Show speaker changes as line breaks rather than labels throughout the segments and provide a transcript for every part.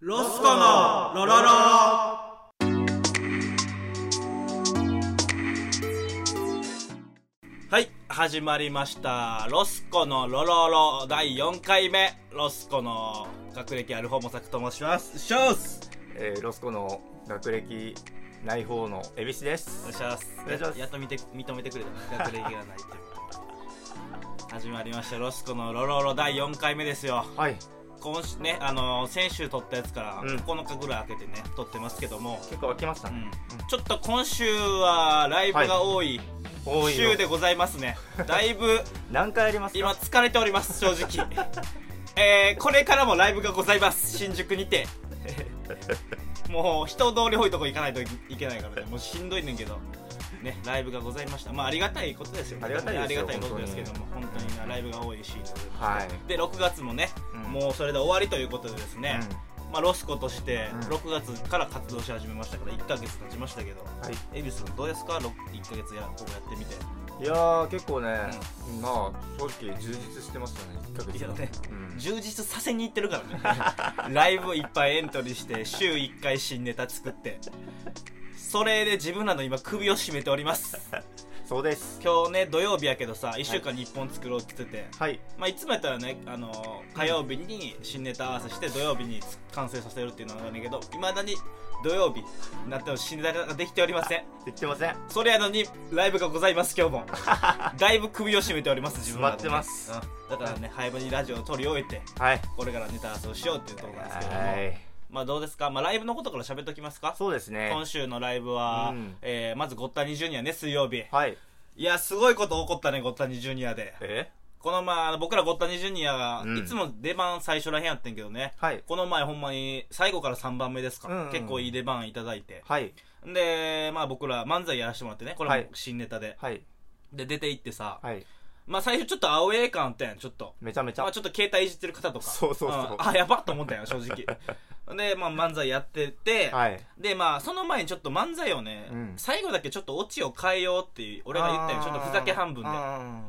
ロスコのロロロはい始まりましたロスコのロロロ第4回目ロスコの学歴ある方もさくと申しますショース
えー、ロスコの学歴ない方の恵比寿です
お願いします
お願いします
ややっと見て認めてくれた学歴がないっていうこと始まりましたロスコのロロロ第4回目ですよ
はい
今週ねあの先週撮ったやつから
うん
9日ぐらい開けてね撮ってますけども、
結構開きました
う
ね、
んちょっと今週はライブが多い
多いよ
週でございますね、だいぶ
何回ありますか
今疲れております正直 えー、これからもライブがございます新宿にて もう人通り多いとこ行かないといけないからねもうしんどいねんけどねライブがございましたまあありがたいことですよね
ありがたいです
あ
よ
りがたいことですけども本当になライブが多いし
はい、
で6月もね、
うん
もうそれで終わりということでです
う
ね、まあ、ロスコとして
うん
6月から活動し始めましたから1ヶ月経ちましたけど
はい
恵比寿どうですかろ1ヶ月やここやってみて
ん、いやー結構ね、まあ正直充実してましたね1ヶ月
いやね
うん
充実させに行ってるからね ライブいっぱいエントリーして週1回新ネタ作ってそれで自分らの今首を絞めております
そうです
今日ね土曜日やけどさ1週間に1本作ろうって言ってて、
はい
まあ、いつもやったらね、あのー火曜日に新ネタ合わせして土曜日に完成させるっていうのがあるんだけどいまだに土曜日になっても新ネタができておりません
できてません
それやのにライブがございます今 日もだいぶ首を絞めております自分らで
詰まってます
うん、だからね早めにラジオを撮り終えて
はい
これからネタ合わせをしようっていうところなんですけども
はい
まあどうですか、まあ、ライブのことから喋っときますか
そうですね
今週のライブは、
うん
えーまずゴッタニジュニアね水曜日
はい
いやすごいこと起こったねゴッタニジュニアで
え
この前あの僕らゴッタニジュニアが、
うん
いつも出番最初らへんやってんけどね
はい
この前ほんまに最後から3番目ですか、
うんうん
結構いい出番いただいて
はい
でまあ僕ら漫才やらせてもらってねこれ
は
も
い
新ネタで、
はい
で出て行ってさ、
はい
まあ最初ちょっとアウェー感あったやんちょっと
めちゃめち
ま
ゃ
あちょっと携帯いじってる方とか
そうそうそうん
あやばっと思ったよ正 直でまあ漫才やってて、
はい
でまあその前にちょっと漫才をね、
うん
最後だけちょっとオチを変えようっていう俺が言ったよちょっとふざけ半分
あ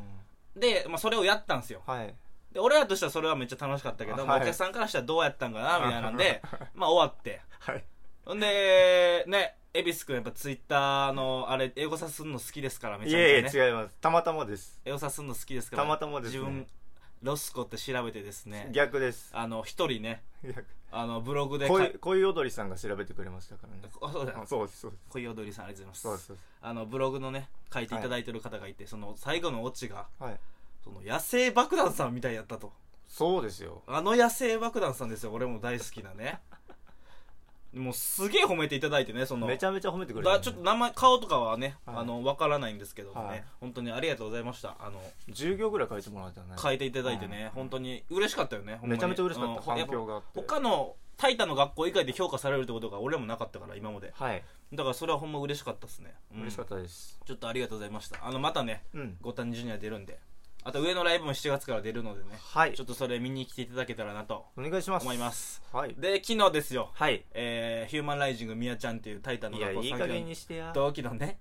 でで、まあ、それをやったんですよ
ーはい
で俺らとしてはそれはめっちゃ楽しかったけど、
はい
お客さんからしたらどうやったんかなみたいなんで まあ終わって
はい
ほんでね恵比寿君やっぱツイッターのあれエゴサすんの好きですからめ
い
ちゃめちゃ
えい
ね
え違いますたまたまです
エゴサすんの好きですから
たまたまですね
自分ロスコって調べてですね
逆です
あの一人ね
逆
あのブログでか
恋恋踊りさんが調べてくれましたからね
あそうだ
あそうですそうです
恋踊りさんありがとうござい
そう
ま
ですすそうです
あのブログのね書いていただいてる方がいて、その最後のオチが
はい
その野生爆弾さんみたいやったと
そうですよ
あの野生爆弾さんですよ俺も大好きなね もうすげえ褒めていただいてねその
めちゃめちゃ褒めてくれた
だちょっと名前顔とかはね、
はい
あの分からないんですけどね、
はい
本当にありがとうございましたあの
10行ぐらい書いてもらえたね
書いていただいてね、本当に嬉しかったよねほんま
め
に
ちゃめちゃ嬉しか
う
っ
ん
た
や
反
ぱ
響があって
他のタイタの学校以外で評価されるってことが俺もなかったから今まで
はい
だからそれはほんま嬉しかったですね、うん
嬉しかったです
ちょっとありがとうございましたあのまたね
うん
五反ジュニア出るんであと上のライブも7月から出るのでね
はい
ちょっとそれ見に来ていただけたらなと
お願いします
思います
はい
で昨日ですよ
はい
えー、ヒューマンライジングミヤちゃんっていうタイタンの
いや
学校
いい加減にしてや
同期のね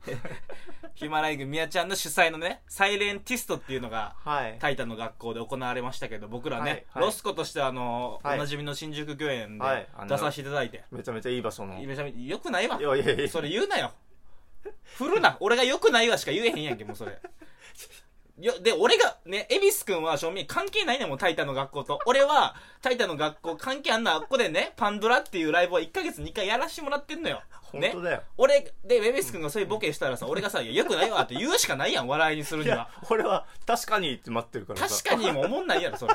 ヒューマンライジングミヤちゃんの主催のねサイレンティストっていうのが
はい
タイタンの学校で行われましたけど僕らね、
はいはい
ロスコとしてあの、
は
お
い
なじみの新宿御苑で
はいあの
出させていただいて、
めちゃめちゃいい場所のい
めちゃめちゃよくないわ
やいやいや
それ言うなよ振るな俺がよくないわしか言えへんやんけもうそ れよで俺がね恵比寿君は正味関係ないねんもうタイタンの学校と俺はタイタンの学校関係あんなあっこでねパンドラっていうライブを1ヶ月2回やらしてもらってんのよ
本
ね
当だよ
俺で恵比寿君がそういうボケしたらさ俺がさ「いやよくないわ」って言うしかないやん笑いにする
い
には
や俺は確かにって待ってるから
確
さ
かにも思んないやろそれ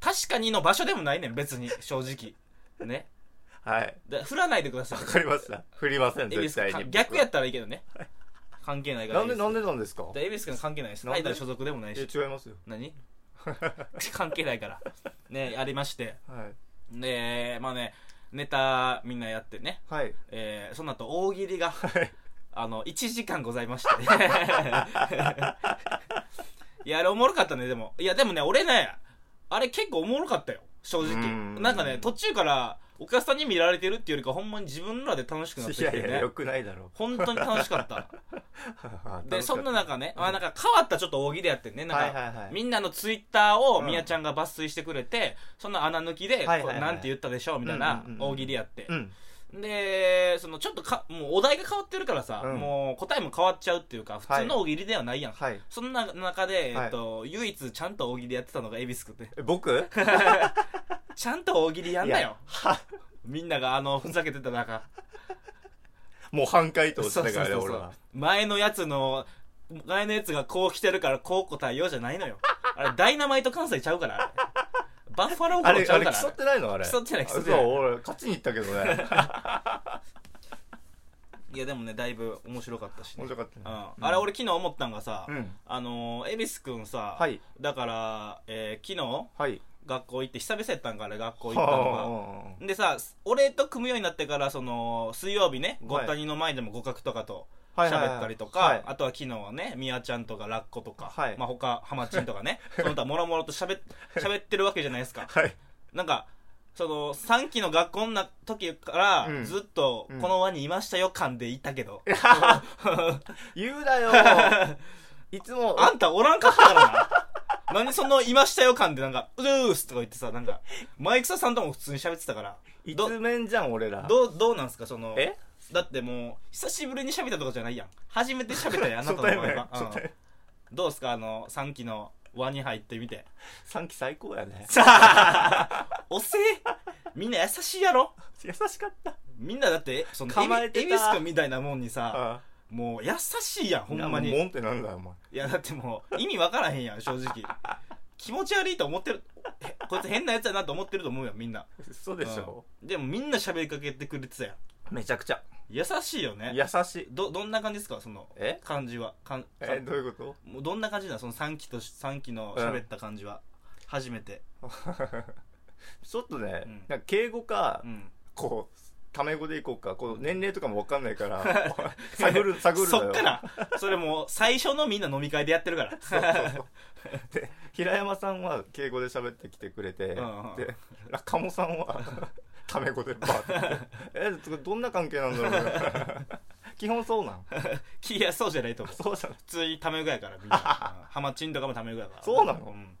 確かにの場所でもないねん別に正直ね
はい
だ振らないでください
わかりました振りません
恵比寿
絶
君
対
か
に
逆やったらいいけどね関係ないから
ないん
い
ですなんでなんですか
で恵比寿君は関係ないです
なん
タ
で
イタン所属でもない
え
し
違いますよ
何 関係ないからねありまして
はい
でまあねネタみんなやってね、
はい
えー、その後大喜利が
はい
あの1時間ございまして いやあれおもろかったねでもいやでもね俺ねあれ結構おもろかったよ正
うん
直なんかね途中からお客さんに見られてるっていうよりかほんまに自分らで楽しくなってき
い
てね
やいやよくない だろ
本当に楽しかった でそんな中ね、
うん
まあ、なんか変わったちょっと大喜利やってんねなんか、
はいはいはい
みんなのツイッターを
うん
みやちゃんが抜粋してくれて、その穴抜きで、
いはいはい
これなんて言ったでしょうみたいな
うんうんうん
大喜利やって、
うん
でそのちょっとかもうお題が変わってるからさ、
うん
もう答えも変わっちゃうっていうか普通の大喜利ではないやん、
はい
そんな中で、
はい
えっと、唯一ちゃんと大喜利やってたのが恵比寿くんで
え僕
ちゃんと大喜利やんなよ
は
みんながあのふざけてた中
もう半回答して
そう
たからね
そうそう
俺
そう
は
前のやつの前のやつがこう来てるからこう答えようじゃないのよあれダイナマイト関西ちゃう からあれバッファロー
あ
コロ
れ
ちゃ
あ
う
れ
から
競ってないのあれ
競ってない
あ
競ってない
そう俺勝ちに行ったけどね
いやでもねだいぶ面白かったしね
面白かったね
うんあれ俺昨日思ったんがさ、
うん
あのー恵比寿くんさ、
はい
だから、えー昨日
はい
学校行って久々やったんかあれ学校行
は
っ
あ
たの
は
が
あはあ
でさ俺と組むようになってからその水曜日ねごったにの前でも互角とかと
はいはいはい
喋ったりとか、
はい
あとは昨日はねみやちゃんとかラッコとか、
はい
まあ、他ハマチンとか ねその他もろもろと喋っ喋ってるわけじゃないですか
はい
なんかその3期の学校の時から、
うん
ずっと
うん
この輪にいましたよ感でいたけ ど、
言うだよ いつも
あんたおらんかったからな 何そのいましたよ感でなんかうるーすとか言ってさなんか前草さんとも普通に喋ってたから
い
ど
つめんじゃん俺ら
どうどうなんすかその
え
だってもう久しぶりに喋ったとかじゃないやん初めて喋ったやんあなた
初
の場合
対面
は、
初対面
うんどうすかあの3期の輪に入ってみ て
3期最高やね
さあおせえみんな優しいやろ
優しかった
みんなだってその
構えてた
エビエビス君みたいなもんにさ
あ
もう優しいやんほんまに
もんってなんだよお前
いやだってもう意味わからへんやん正直気持ち悪いと思ってるえこいつ変なやつやなと思ってると思うやんみんな
嘘でしょ
うんでもみんな喋りかけてくれてたやん
めちゃくちゃ
優しいよね
優しい
どどんな感じですかその
え
感じはかんか
えどういうこと
もうどんな感じなのその3期と3期の喋った感じは、初めて、
ちょっとね、
うん
なんか敬語か、
うん、
こう、タメ語でいこうか、こう、年齢とかもわかんな いから、探る、探るのよ。
そっからそれもう最初のみんな飲み会でやってるから
そうそうそう。で、平山さんは敬語で喋ってきてくれて、
うんうん
で、ラカモさ んは、タメ語でバーって言って。え、どんな関係なんだろうな 基本そ うなん。
いやそうじゃないと思う
そうじゃない。
普通にタメ語やからみ んなうんハマチンとかもタメ語やから
そうなの
ん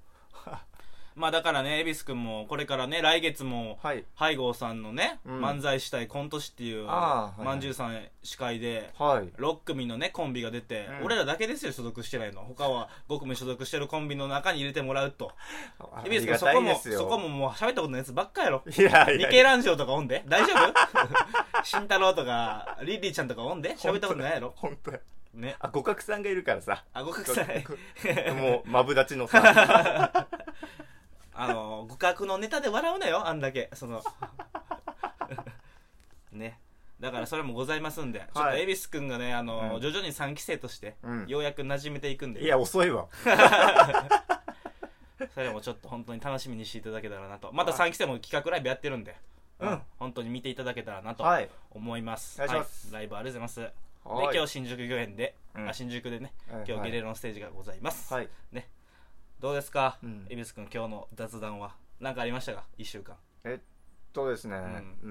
まあだからね恵比寿君もこれからね来月も
はい。
西郷さんのね、
うん
漫才したいコント師っていう
あーはいはい
まんじゅうさん司会で
はい。
6組のねコンビが出て、
うん
俺らだけですよ所属してないの他は5組所属してるコンビの中に入れてもらうと
あ
恵比寿君そこもそこも。もう喋ったことないやつばっかやろ
いやい
ニ
やい
ケ
や。
ランジョとかおんで大丈 夫慎太郎とかリリーちゃんとかおんで喋ったことないやろ
本当や。
ね
あ、五角さんがいるからさ。
あ、ご角さん
もう、マブダチの さ。
あの互角のネタで笑うなよあんだけその ねだからそれもございますんで、ちょっと恵比寿君がねあの、
うん
徐々に3期生として、
うん
ようやく馴染めていくんで
いや、遅いわ。
それもちょっと本当に楽しみにしていただけたらなとまた3期生も企画ライブやってるんで、
うん
本当に見ていただけたらなと
はい。
思います、
お願いします
ライブありがとうございます
はい
で今日新宿御苑で、
うん
あ新宿でね
はい
今日ゲレロのステージがございます、
はい。
どうですか、
うん
恵比寿君今日の雑談は何かありましたか1週間
えっとですね、うー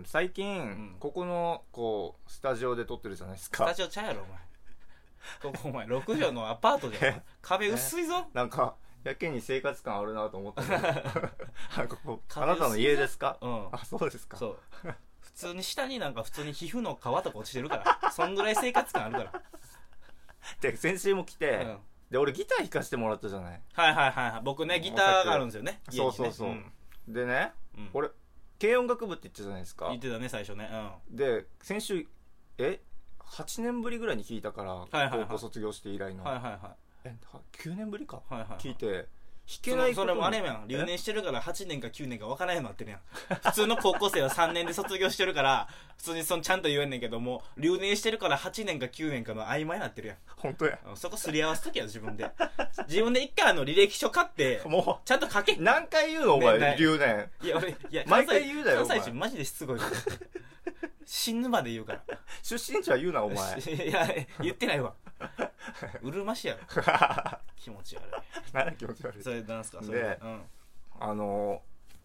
ん、最近、
ん
ここの、こう、スタジオで撮ってるじゃないです
スタ
か。
ジオちゃうやろお前ここお前6畳のアパートじゃん壁薄いぞ
なんか、やけに生活感あるなと 思ったけどあここあ
壁薄いな
なたの家ですか、
うん
あ、そうですか。
そう普通に下になんか普通に皮膚の皮とか落ちてる からそんぐらい生活感あるか
で、先週も来て、
ら、うん、
で、俺ギター弾かしてもらったじゃない。
はいはいはいはい僕ねギターがあるんですよね家にね
そうそうそう
うん
でね、
うん
俺、軽音楽部って言ったじゃないですか
言っ。てたね最初ねう
で、先週、え ?8 年ぶりぐらいに弾いたから、
いはいはい
高校卒業して以来
ん
の。
はいはいは
え、は9年ぶりか
いはいはい
聞いて、
そ
弾けな
の
い
そ
こと
れもあれやん留
え
年してるから8年か9年か分からへんようになってるやん普通の高校生は3年で卒業してるから普通にそのちゃんと言えんねんけども留年してるから8年か9年かの曖昧になってるやん
本当や。
うんそこすり合わせときや自分で 自分で一回あの履歴書買って
もう、
ちゃんと書けい
何回言うのお
ねね
前、留年。
や俺いや
毎
関西
回言うなよお前
関西人マジでしつこいから死ぬまで言うから
出身地は言うな、お前。
いや言ってないわうるましやろ気持ち悪い
何だ気持ち悪い。
それなんすかそれ
で
うん
あのー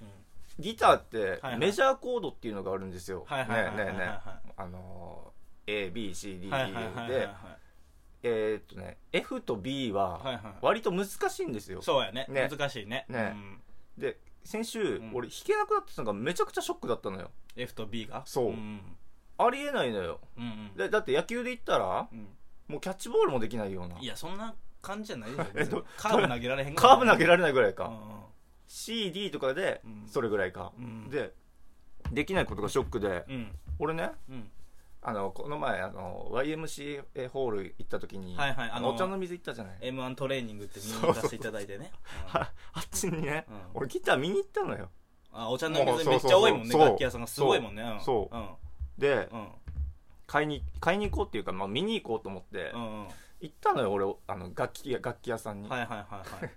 うん
ギターって
はい
メジャーコードっていうのがあるんですよ。
はいはいはいはいは
ね
い
えねえね
は
えあのー A、B、C、D、E
いはいはいはいはい
で、えーっとね、F と B
はい
は
はい
割と難しいんですよ。
そうやね
ね
難しいね
ね
うん
で、先週
うん
俺弾けなくなってたのがめちゃくちゃショックだったのよ。
F と B が
そう
うん
ありえないのよ。
うんうん
でだって野球で言ったら、
うん。
もうキャッチボールもできないようない
やそんな感じじゃないでしょ
え
別
っと
にカーブ投げられへん
カーブ投げ
れ
られないぐらい
へん
か。CD とかで
うん
それぐらいか。
うん
で、できないことがショックで、
うん
俺ね、
うん
あのこの前あの YMCA ホール行った時に、
はいはいあの
お茶の水行ったじゃない
M1 トレーニングって見に行かせていただいてね
ああっちにね、
うん
俺ギター見に行ったのよ
うんあお茶の水めっ
もうそうそう
ちゃ多いもんね
そう
楽器屋さんがすごいもんねん
そ
うん
で
うん
買いに買いに行こうっていうか、まあ、見に行こうと思って、
うんうん
行ったのよ俺あの楽器楽器屋さんに、
はいはいはいはい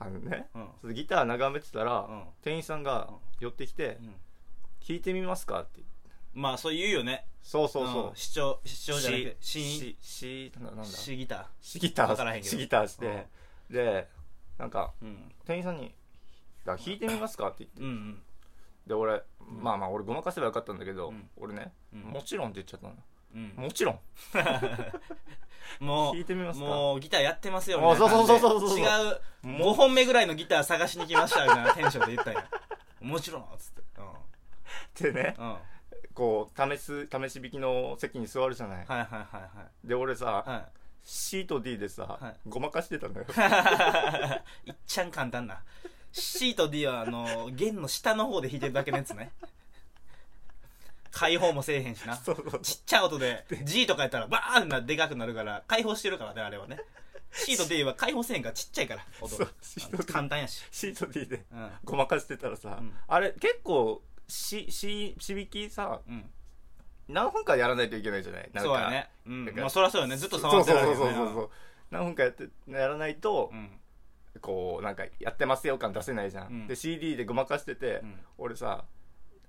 あのね
うん
それでギター眺めてたら、
うん
店員さんが寄ってきて
うん
「弾いてみますか?」って
まあそう言うよね
そうそうそう、
ん視聴視聴じゃなくて
し
シーン
しななんだ
シギター
しギタ
わからへん
ー
けど
しギターして、でなんか
うん
店員さんに「だ弾いてみますか?」って言って
うんうん
で俺、まあまあ俺ごまかせばよかったんだけど、
うん
俺ね、
うん
もちろんって言っちゃったの
うん
もちろん
も
弾いてみま
う
すか
もうギターやってますよ
あ
みたいな感じで
そうそうそうそうそう
違う
も
5本目ぐらいのギター探しに来ましたみたいなテンションで言ったんやもちろんっつってう
ってね
んうんはい
こう試す試し引きの席に座るじゃない、
はいはいはい
で俺さ、
は
C と D でさ、
はい
ごまかしてたのよ
いいっちゃん簡単な C と D はあの弦の下の方で弾いてるだけのやつね開放もせえへんしな
そうそう
ちっちゃい音で G とかやったらバーンなでかくなるから解放してるからねあれはね C と D は解放せえへんからちっちゃいから音が
そう C
あ
と
の
D
簡単やし
C と D で
うん
ごまかしてたらさ、
うん
あれ結構ししし引きさ
うん
何分かやらないといけないじゃないなんか
そうやねうん
なんか
まあそりゃそうよねずっと触
そう
って
そう
るわ
そ
け
う
よ
そう
ね
そうそう何分かやってやらないと、
うん
こうなんかやってますよ感出せないじゃん、
うん
で CD でごまかしてて、
うん
俺さ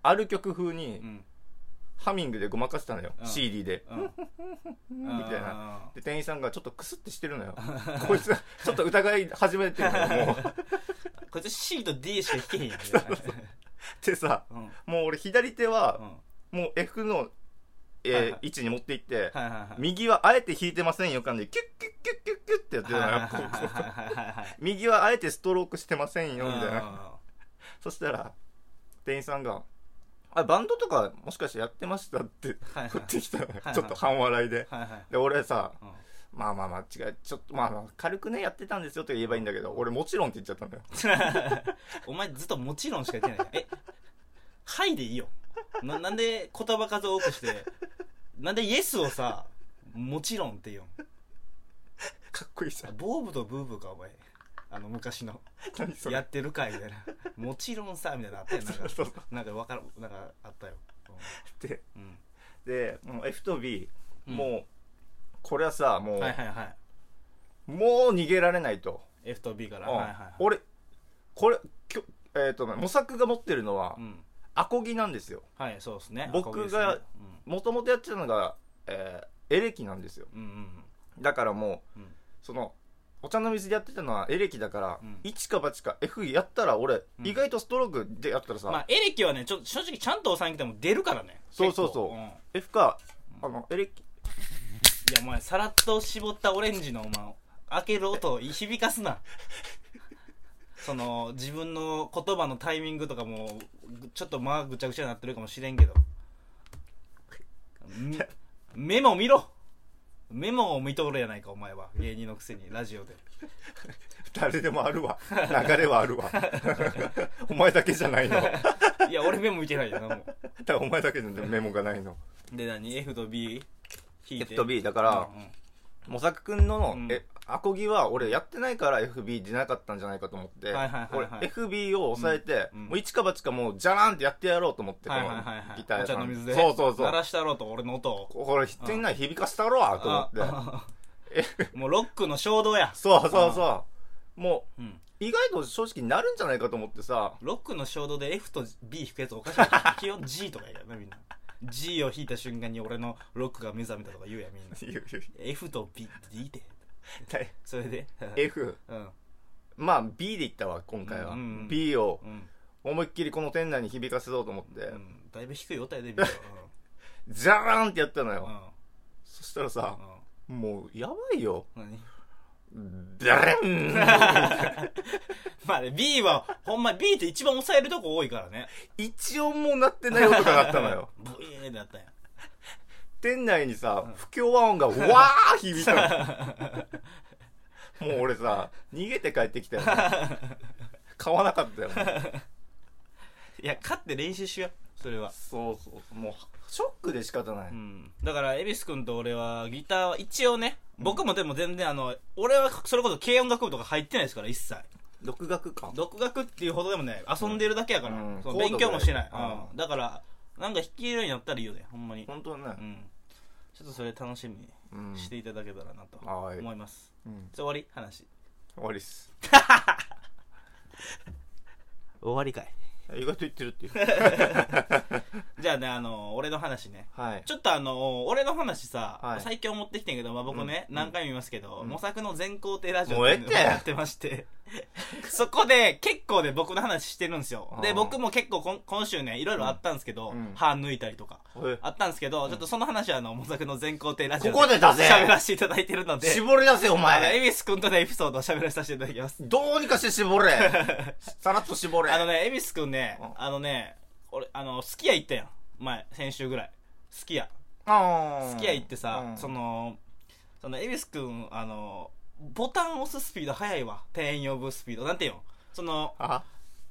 ある曲風に
うん
ハミングでごまかしてたのよ、
うん
CD で、
うん
みたい
な
で店員さんがちょっとクスってしてるのよこいつ ちょっと疑い始めてるの よもう
こいつ C と D しか弾けへんやんけ
でさ
うんうん
もう俺左手は
は
もう F の、えー
はいはい
位置に持っていって、
いはいはい
右はあえて弾いてませんよ感でキュッキュッキュッキュッキュッってやってるの よこうこう右はあえてストロークしてませんよみたいなそしたら店員さんが「あバンドとかもしかしてやってました?」 って
はいはい
振ってきたのよ
はい
ちょっと半笑いで
はいはい
で俺さ
うん
「まあまあまあ違うちょっとまあまあ軽くねやってたんですよ」と言えばいいんだけど俺もちろんって言っちゃったのよ
お前ずっともちろんしか言ってないじゃん。え、はいでいいよ。な、なんで言葉数多くして、なんでイエスをさ、もちろんって言うん。
かっこい いさ
ボーブとブーブーか、お前。あの、昔の、
何そ
や
れ
ってるかい、みたいな。もちろんさ、みたいなのあったよ。なんか
そう、そうそう
なんかわかる、なんかあったよ。
で
うん。
でもう F と B
うん
もうこれはさも
う
うん
はいはいはい。
もう逃げられないと
F と B から。
うん
はいはいはい。
俺これきょえっとね模索が持ってるのは
うん。
アコギなんですよ
はい、そうですね。
僕
アコギですね
がもともとやってたのがえーエレキなんですよ
うん。うん
だからもう、
うん
そのお茶の水でやってたのはエレキだから、
うん
1か8か F やったら俺、
うん
意外とストロークでやったら
う
さ、
ん。まあ、エレキはね、ちょっと正直ちゃんと押さえに来ても出るからね。
そうそうそう
結構ん
F かあのエレキ
いやお前さらっと絞ったオレンジのお前開ける音を響かすな その自分の言葉のタイミングとかもぐちょっと間がぐちゃぐちゃになってるかもしれんけど めメモ見ろメモを見とるやないかお前は芸人のくせにラジオで
誰でもある わ流れはあるわ お前だけじゃない のだか
いや俺メモ見てないよなも
らお前だけじゃメモがないの
うで何 F と B 弾いて
F と B だか、
から
モサク君の、
うん
えアコギは俺やってないから FB 出なかったんじゃないかと思って、
はいはいはいはい
俺 FB を抑えて、
うんうん
もう一か八かもうじゃらんってやってやろうと思って、
はいはい
この
はいはい
ギタ
お
ー屋
茶
さ
の
ん
水で
そうそうそう
鳴らしたろうと俺の音を
これ必要ない響かせたろうと思って
あ
え
もうロックの衝動や
そうそうそうも
うん
う意外と正直なるんじゃないかと思ってさ
ロックの衝動で F と B 弾くやつおかしいな基本 G とかやなみんな G を弾いた瞬間に俺のロックが目覚めたとか言うやんみんな F と B っていいでそれで
F
うん
まあ B でいったわ今回は、
うんうん
B を
うん
思いっきりこの店内に響かせようと思って、
うんだいぶ低いよ体で見た
ジャーンってやったの
うんう
よ、
ん
そしたらさ、もうやばいよ
うん何
ダレン
まあね B はほんま B って一番抑えるとこ多いからね
一音も鳴ってない音が鳴ったのよ
ブイーンってなったんや
店内にさ、
うん
不協和音がわー 響いたのもう俺さ逃げて帰ってきたよ、買わなかったよ、
いや勝って練習しようそれは
そうそうそうもうショックで仕方ない、
うんだから恵比寿君と俺はギターは一応ね僕もでも全然あの俺はそれこそ軽音楽部とか入ってないですから一切
独学感
独学っていうほどでもね遊んでるだけやから、
うん
その
コー
勉
ド
強もしてない、
ぐらいうん
うんだからなんか弾けるようになったらいいよねほんまに、
本当はね、
うん、ちょっとそれ楽しみに
うん
していただけたらなと
はい
思います、
うん
じゃあ終わり話
終わりっす
終わりかい
意外と言ってるっていう
じゃあねあの俺の話ね
はい
ちょっとあの俺の話さ、
はい
最近思ってきてんけど、まあ、僕ね、
うん
何回も言いますけど、
うん
模索の全工程ラジオ
もうええ
っ
って
いうのをやってまして そこで結構で僕の話してるんですよ
あ
で
ー
僕も結構こん今週ねいろいろあったんですけど、
うん
歯抜いたりとか
え
あったんですけど、ちょっとその話はあの、模索の全工程ラジオ
ここで出せ
喋らせていただいてるので、
絞り出せお
あの、
前
エビス君とのエピソードを喋らせていただきます。
どうにかして絞 れさらっと絞れ
あのね、エビス君ね
うん、
あのね、俺、あの、すき家行ったやん。前、先週ぐらい。すき家。
あ
すき家行ってさ、そ
の
の、その、エビス君、あの、ボタン押すスピード早いわ。店員呼ぶスピード。なんていうのその、
あ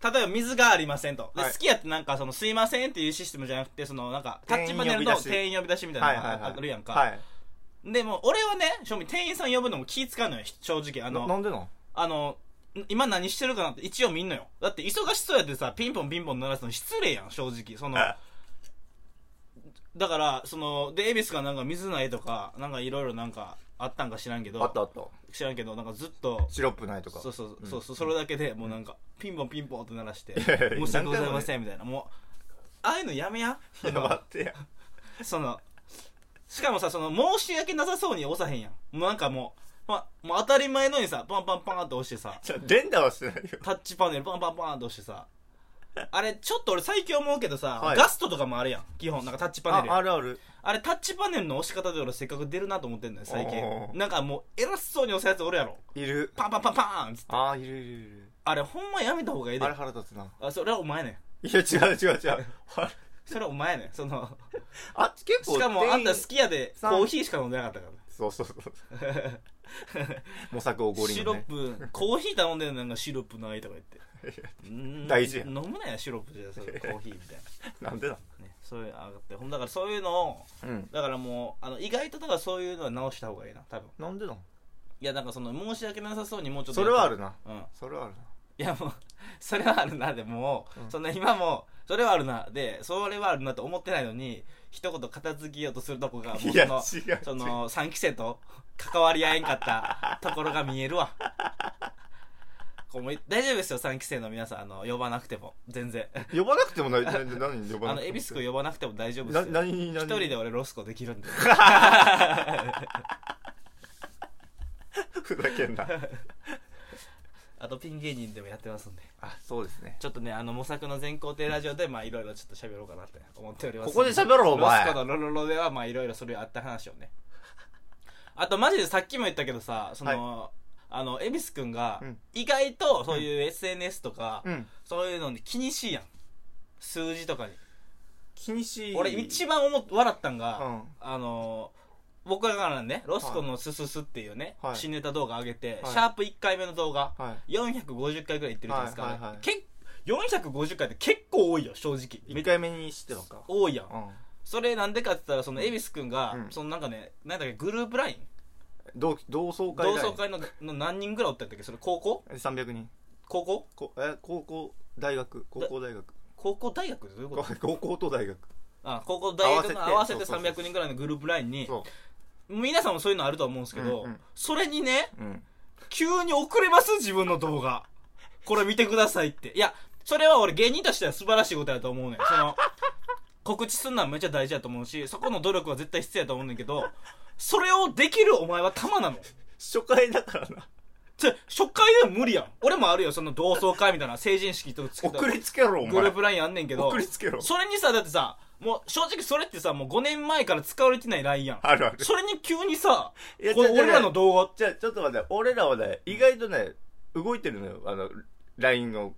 例えば水がありませんと。で、
はい
好きやってなんか、その、すいませんっていうシステムじゃなくて、その、なんか、タッチパネルの
店
店員呼び出しみたいな
はい
の
はいは
が
い
あるやんか。
はい
でも俺はね正味店員さん呼ぶのも気使うのよ正直あ
あのな
の
んでなん
あの今何してるかなって一応見んのよだって忙しそうやってさピンポンピンポン鳴らすの失礼やん正直その
あ
だからそので恵比寿がなんか水ないとかなんかいろいろなんかあったんか知らんけど
あったあった
知らんけどなんかずっと
シロップないとか
そうそう
うん
そうそうそれだけでもうなんかピンポンピンポンって鳴らして
いやいや
申し訳ございませんみたいなもうああいうのやめや
いや待ってや
その、しかもさ、その、申し訳なさそうに押さへんやん。もうなんかもう、ま、もう当たり前のようにさ、パンパンパンって押してさ、
じゃ連打はしてないよ
タッチパネルパンパンパンって押してさ、あれ、ちょっと俺最近思うけどさ、
はい
ガストとかもあるやん。基本、なんかタッチパネルやん。
あ
あ
るある
れ、タッチパネルの押し方で俺せっかく出るなと思ってんのよ、最
お
近。
ー
なんかもう、偉そうに押すやつおるやろ。
いる
パンパンパンパーンっつって
ああいるいるいる
あれ、ほんまやめた方がいいで
あれ。腹立つな
あ、それはお前ねん。
いや違う違う 違うあれ
それはお前ねん。 その、
あ結構
しかもあんた
店員
好きやで、コ
さん
ーヒーしか飲んでなかったから。
そうそ うそう模索を五輪
シ
の
ロ
ね
ップ コーヒー頼んでるのなんかシロップないとか言って
大事や
飲むなよシロップじゃそれコーヒーみたい
なんでだ
な、ね、そういうのあってほんだからそういうのを
うん
だからもうあの意外とだからそういうのは直した方がいいな多分
なんでだ
いやなんかその申し訳なさそうにもうちょっと
そ
や
れ
っ
は
た
あるな
うん
それはあるない
やもうそれはあるなでも、そんな今もそれはあるなでそれはあるなと思ってないのに一言片付けようとするとこがもうそ
いや
の
違う違う
その3期生と関わり合えんかったところが見えるわこうもう大丈夫ですよ3期生の皆さんあの呼ばなくても全然
呼ばなくてもない何何呼ば
あの
なくても
恵比寿君呼ばなくても大丈夫です
な
よ
何に
一
何
人で俺ロスコできるんで
ふざ けんな
あとピン芸人でもやってますんで
あそうですね
ちょっとねあの模索の全校程ラジオでまあいろいろちょっと喋ろうかなって思っております
ここで喋ろうお前
ロスコのロロロではまあいろいろそれあった話をねあとマジでさっきも言ったけどさその、あの恵比寿君が
うん
意外とそういう SNS とか、
うん
そういうのに気にしいやん数字とかに
気にし
俺一番思っ笑ったんが、
うん
あの僕らからねロスコの「すすす」っていうね、
はい
新ネタ動画上げて、
はい
シャープ1回目の動画、
は
450回ぐらい行ってるじゃないですか、
はいはいはい
けっ450回って結構多いよ正直
い1回目にしてはか
多いやん
うん
それなんでかって言ったらその恵比寿君が、
うん
そのなんかねなんだっけグループライン
同同窓会
同窓会のの何人ぐらいおったんだっけそれ高校
300人
高校
こえ高校大学高校大学
高校大学ってどういうこと
高校と大学
あ高校大学の合
合
わ
わ
せ
せ
て
て
300人ぐらいのグループラインに
そう
皆さんもそういうのあると思うんですけど、
うんうん
それにね
うん
急に遅れます自分の動画これ見てくださいっていやそれは俺芸人としては素晴らしいことやと思うねんその告知すんのはめっちゃ大事やと思うしそこの努力は絶対必要やと思うねんけどそれをできるお前は玉なの
初回だからな
ちょ、初回でも無理やん。俺もあるよ、その同窓会みたいな成人式とつけた
送
グ
りつけろお前
ループラインあんねんけど
送、りつけろ
それにさ、だってさ、もう正直それってさ、もう5年前から使われてないラインやん。
あるある
それに急にさ、
いや
これ
ちょちょ
俺らの動画、
じゃあちょっと待って俺らはね意外とね動いてるのよあの LINE の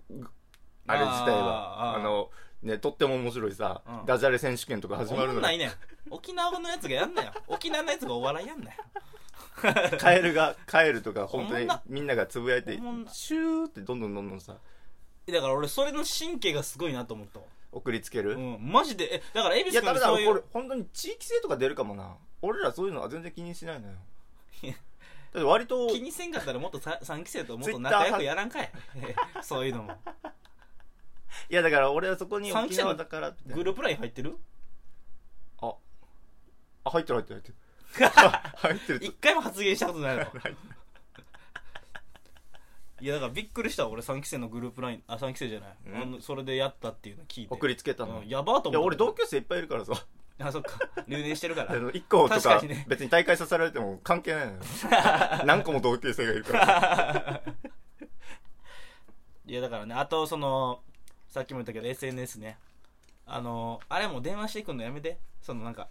あれ自体
あ
は
ー
あのねとっても面白いさ、
うん
ダジャレ選手権とか始ま
お
る
もん
の
ない
よ
ねん。沖縄のやつがやんなよ。沖縄のやつがお笑いやんな よ。
カエルがカエルとか本当
おもん
に
な
みんながつぶやいて
おもんな
シューってどんどんどんどんさ
だから俺それの神経がすごいなと思ったわ
送りつける、
うんマジでえだから恵比
い
寿
や
君に
ダ
そ
メだ
うい
これ
う
本当に地域性とか出るかもな俺らそういうのは全然気にしないのよ
いや
だって割と
気にせんかったらもっとさ3期生ともっと
Twitter
仲良くやらんかい そういうのも
いやだから俺はそこに
三
沖
期生の
縄だからって
グループライン入ってる
あ入ってる入ってる 入ってる入ってる
一回も発言したこと ないのいやだからびっくりしたわ俺3期生のグループラインあ3期生じゃない、
うん
あのそれでやったっていうの聞いて
送りつけたの、
うんやばーと
い
思
や
った
俺同級生いっぱいいるからさ
あそっか留年してるか
あ
ら
の1個と
確
か
かにね
別に大会させられても関係ないの よ何個も同級生がいるから
いやだからねあとそのさっきも言ったけど SNS ねあのあれも電話してくんのやめてそのなんか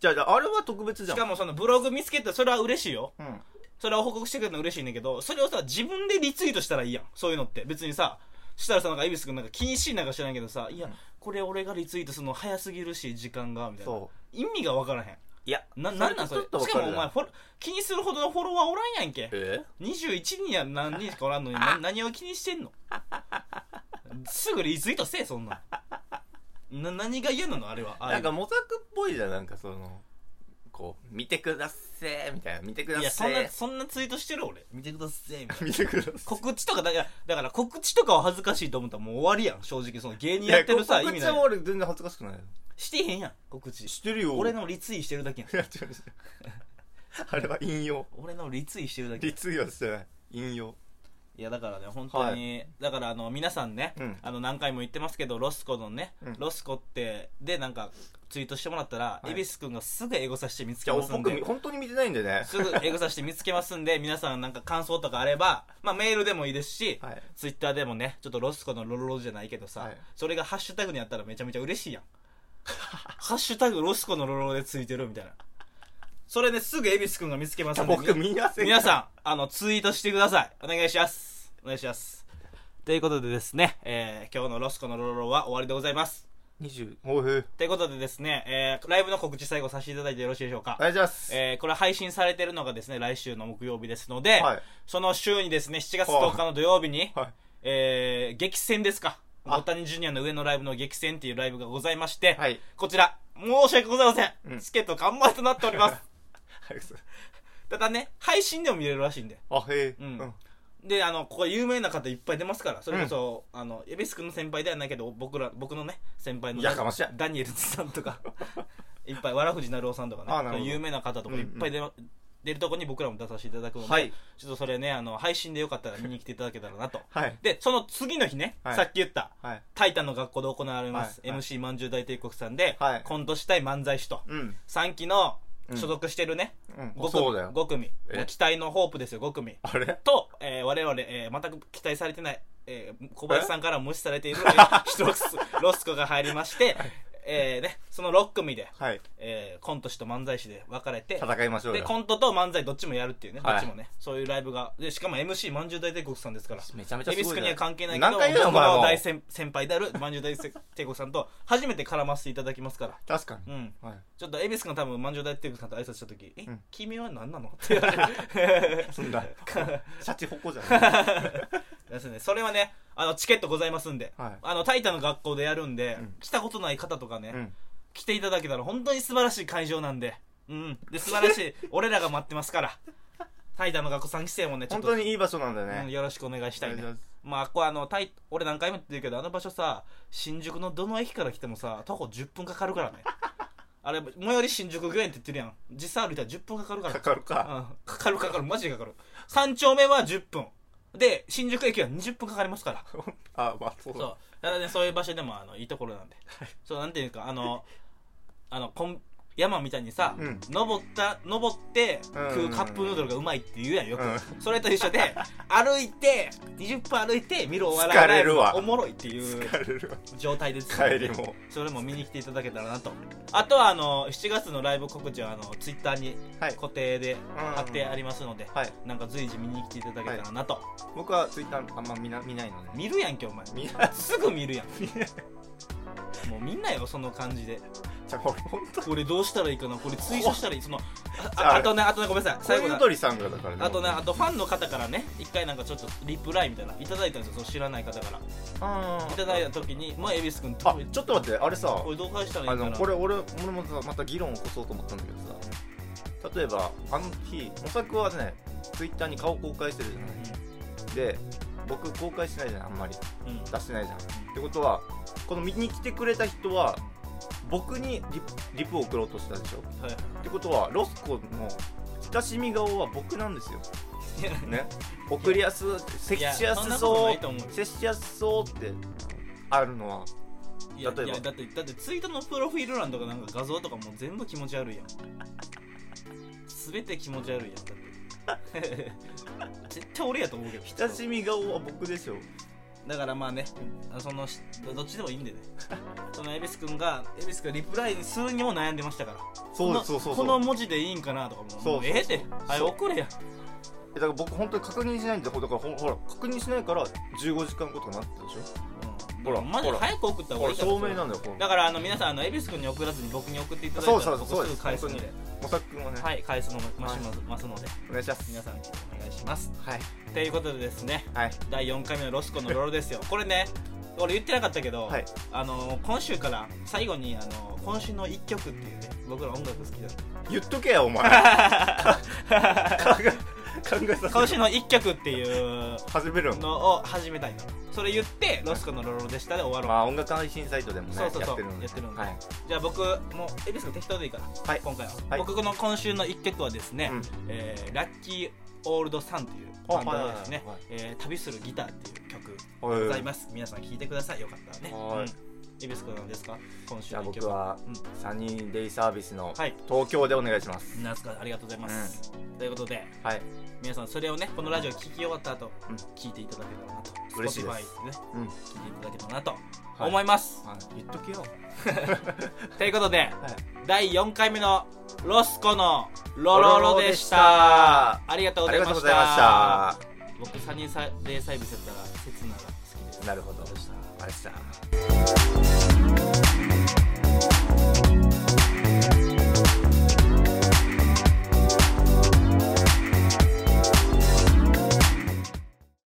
じゃあじゃああれは特別
し
じゃん
かもそのブログ見つけたらそれは嬉しいよ
うん
それは報告してくれるの嬉しいねんだけどそれをさ自分でリツイートしたらいいやんそういうのって別にさしたらさなんか恵比寿君なんか気にしいなんか知らんけどさいやこれ俺がリツイートするの早すぎるし時間がみたいな
そ
意味が分からへん
ういや
ななんなんそれしかもお前フォロ気にするほどのフォロワーおらんやんけ
え
21人や何人しかおらんのにな何を気にしてんのすぐリツイートせえそんなんな何が嫌なのあれはあれ
なんか模索っぽいじゃんなんかそのこう見てくだっせーみたいな見てくだっ
いや
せ
そんな
ー
そんなツイートしてる俺見てくださいみたいな
見てくだっせー
告知とかだからだから告知とかは恥ずかしいと思ったらもう終わりやん正直その芸人やってるさ
い
意
や
味
告知
な
はい俺全然恥ずかしくないよ
してへんやん告知
してるよ
俺のリツイしてるだ けやん
いや違う違う あれは引用
俺のリツイしてるだけ
リツイートはしてない引用
いやだからね本当に、だからあの皆さんね、
うん
あの何回も言ってますけどロスコのね、
うん
ロスコってでなんかツイートしてもらったら
はい
恵比寿君がすぐエゴさして見つ
い
け
や
ますん
僕
で
本当に見てないんでね
すぐエゴさして見つけますんで皆さんなんか感想とかあれば、まあ、メールでもいいですし、
はい
ツイッターでもねちょっとロスコのロロロじゃないけどさ、
はい
それがハッシュタグにあったらめちゃめちゃ嬉しいやんハッシュタグロスコのロロロでついてるみたいなそれですぐ恵比寿君が見つけますんで
僕見やせ
皆さんあのツイートしてくださいお願いしますお願いしますということでですね、えー今日のロスコのロロロは終わりでございます
ん20おう
ということでですね、えーライブの告知最後させていただいてよろしいでしょうか
お願いします
えーこれ配信されてるのがですね来週の木曜日ですので、
はい
その週にですね7月10日の土曜日に、
は
えー激戦ですか
あ
大谷ジュニアの上のライブの激戦っていうライブがございまして、
いはい
こちら申し訳ございません、
うん
チケット完売となっております
早くす
ただね配信でも見れるらしいんで
あへえ
うんであのここ有名な方いっぱい出ますからそれこそ、あのエビス君の先輩ではないけど僕ら僕のね先輩の
やかましい
ダニエルズさんとか いっぱいわらふじなるおさんとかね
あなるほど
有名な方とかいっぱい出,、出るとこに僕らも出させていただくので、
はい
ちょっとそれねあの配信でよかったら見に来ていただけたらなと
はい
でその次の日ね、
はい
さっき言った
はい
「タイタン」の学校で行われます、
はいはい
MC まんじゅう大帝国さんで、
はい
コントしたい漫才師と
うん
3期の所属してるね、
うん
5組
そうだよ
5組
え
期待のホープですよ5組
あれ
と、えー我々、えー全く期待されてない、えー小林さんから無視されている一ロスロスコが入りまして、えーね、その6組で、
はい
えーコント師と漫才師で分かれて
戦いましょう
で
よ
コントと漫才どっちもやるっていうね、
はい
どっちもねそういうライブがでしかも MC まんじゅう大帝国さんですから
めちゃめちゃ
恵
すご
比
い
寿君
じゃん
には関係ないけど
何回言うのお
僕
前
の
も
大先先輩であるまんじゅう大帝国さんと初めて絡ませていただきますから
確か
う
に
ん
はい
ちょっと恵比寿君は多分まんじゅう大帝国さんと挨拶した時「え、
うん
君は何なの?」って言われる
そ んなシャチホコじゃない
ですね、それはねあのチケットございますんで、
はい
あのタイタンの学校でやるんで、
うん
来たことない方とかね、
うん
来ていただけたら本当に素晴らしい会場なんで,、うん、で素晴らし い俺らが待ってますからタイタンの学校3期生もねちょっ
本
と
当にいい場所なんだ
うん、
ね
よろしくお願いしたい
お
ね
願いします
まあここあのタイ俺何回も言ってるけどあの場所さ新宿のどの駅から来てもさ徒歩10分かかるから ねあれ最寄り新宿御苑って言ってるやん実際歩いたら10分かかるから
かかるか
うんかかるかかるマジでかかる3丁目は10分で新宿駅は20分かかりますから
あまあそう
そ
だ
うただねそういう場所でもあのいいところなんでそうなんていうかあのあのコン山みたいにさ、
うん
登った登って
うん
食うカップヌードルがうまいって言うやんよく、
う
それと一緒 で歩いて20分歩いて見るお笑い
疲れるわ
ライブおもろいっていう
疲れるわ
状態です
帰りも
それも見に来ていただけたらなとあとはあの7月のライブ告知はあのツイッターに
はい
固定で貼ってありますので、
はい
なんか随時見に来ていただけたらなと、
僕はツイッターあんま見な見ないので
見るやんけお前
見ない
すぐ見るやんもうみんなよその感じで
じゃあ俺本当
これどうしたらいいかなこれ追書したらいいそのあ
あ
ああとねあとねごめんなさい
最
最後
後ゆ
だ
とりさんがだからね
あとねあとファンの方からね一回なんかちょっとリプライみたいないただいたんですよその知らない方から
あ
いただいた時にまあ恵比寿君
あちょっと待ってあれさ
これどう返したら
あ
いいか
の
な
これ俺俺もさまた議論を起こそうと思ったんだけどさ例えばあの日おさくはねツイッターに顔公開してるじゃないで僕公開してないじゃんあんまり
うんうん
出してないじゃんってことはこの見に来てくれた人は僕にリプリプを送ろうとしたでしょっ
はい
てことはロスコの親しみ顔は僕なんですよ
いや
ね送りやす接し
いや
や
そん
す
なこと
そ
ないと思う
う接しやすそうってあるのはい
や
例えば
いやだってだってツイートのプロフィール欄とかなんか画像とかもう全部気持ち悪いやん全て気持ち悪いやんだって 絶対俺やと思うけど
親しみ顔は僕でしょ
だからまあね、あそのしどっちでもいいんでねその恵比寿君が恵比寿君がリプライにするにも悩んでましたから
そう
この
そうそうそう
この文字でいいんかなとかも
そう
もええって
そう
あれ
そう
送れや
えだから僕本当に確認しないんだよだからほほら確認しないから15時間後とかなってたでし
うん
ほら
マジで
ほら
早く送った方
ょほ
がい
ら
いから
証明なんだよほ
だ
ら
からあの皆さんあの恵比寿君に送らずに僕に送っていただいたら
そうそうそう
僕すぐ返すの
そう
で
でおさくんはね、
はい返すのもましますますので
お願いします
皆さんお願いします
はい
ということでですね
はい
第4回目のロスコのロロですよこれね俺言ってなかったけど、
はい
あの今週から最後にあの今週の1曲っていうね僕ら音楽好きなんで
言っとけよお前 考え考えさ
今
せ
週
て
の1曲っていう
始めるの
のを始めたいなそれ言って「ロスコのロロでした」で終わ
ま
ろう
あ音楽配信サイトでもね
そうそうそう
やってるので
やってるので
はい、
じゃあ僕もうエビス君適当でいいから、
はい
今回は、
はい
僕の今週の1曲はですね、
うん
えーラッキーオールドサンというバンドのですね
はいはい
「えー旅するギター」っていう曲
はい
ございます皆さん聴いてくださいよかったらね
はい
うんエビス君なんですか今週
じゃあ
の1
僕
曲
は
うん
サニーデイサービスの
はい
東京でお願いします、
皆さんありがとうございます、ということで
はい
皆さんそれをねこのラジオ聞き終わった後、
うん
聞いていただけたらなと
嬉しいです
Spotify ね
うん
聞いていただけたらなと
はい
思います、
あ言っとけよ
ということで
はい
第4回目のロスコのロロ
ロ
ロ
ロロ
で
で
し
したた
ありがとうご
あ
ざ
り
いま
がとうご
し
ざいましたた
僕サニーサデイサービスやったら刹那が好きです
なるほど
でした
あれさ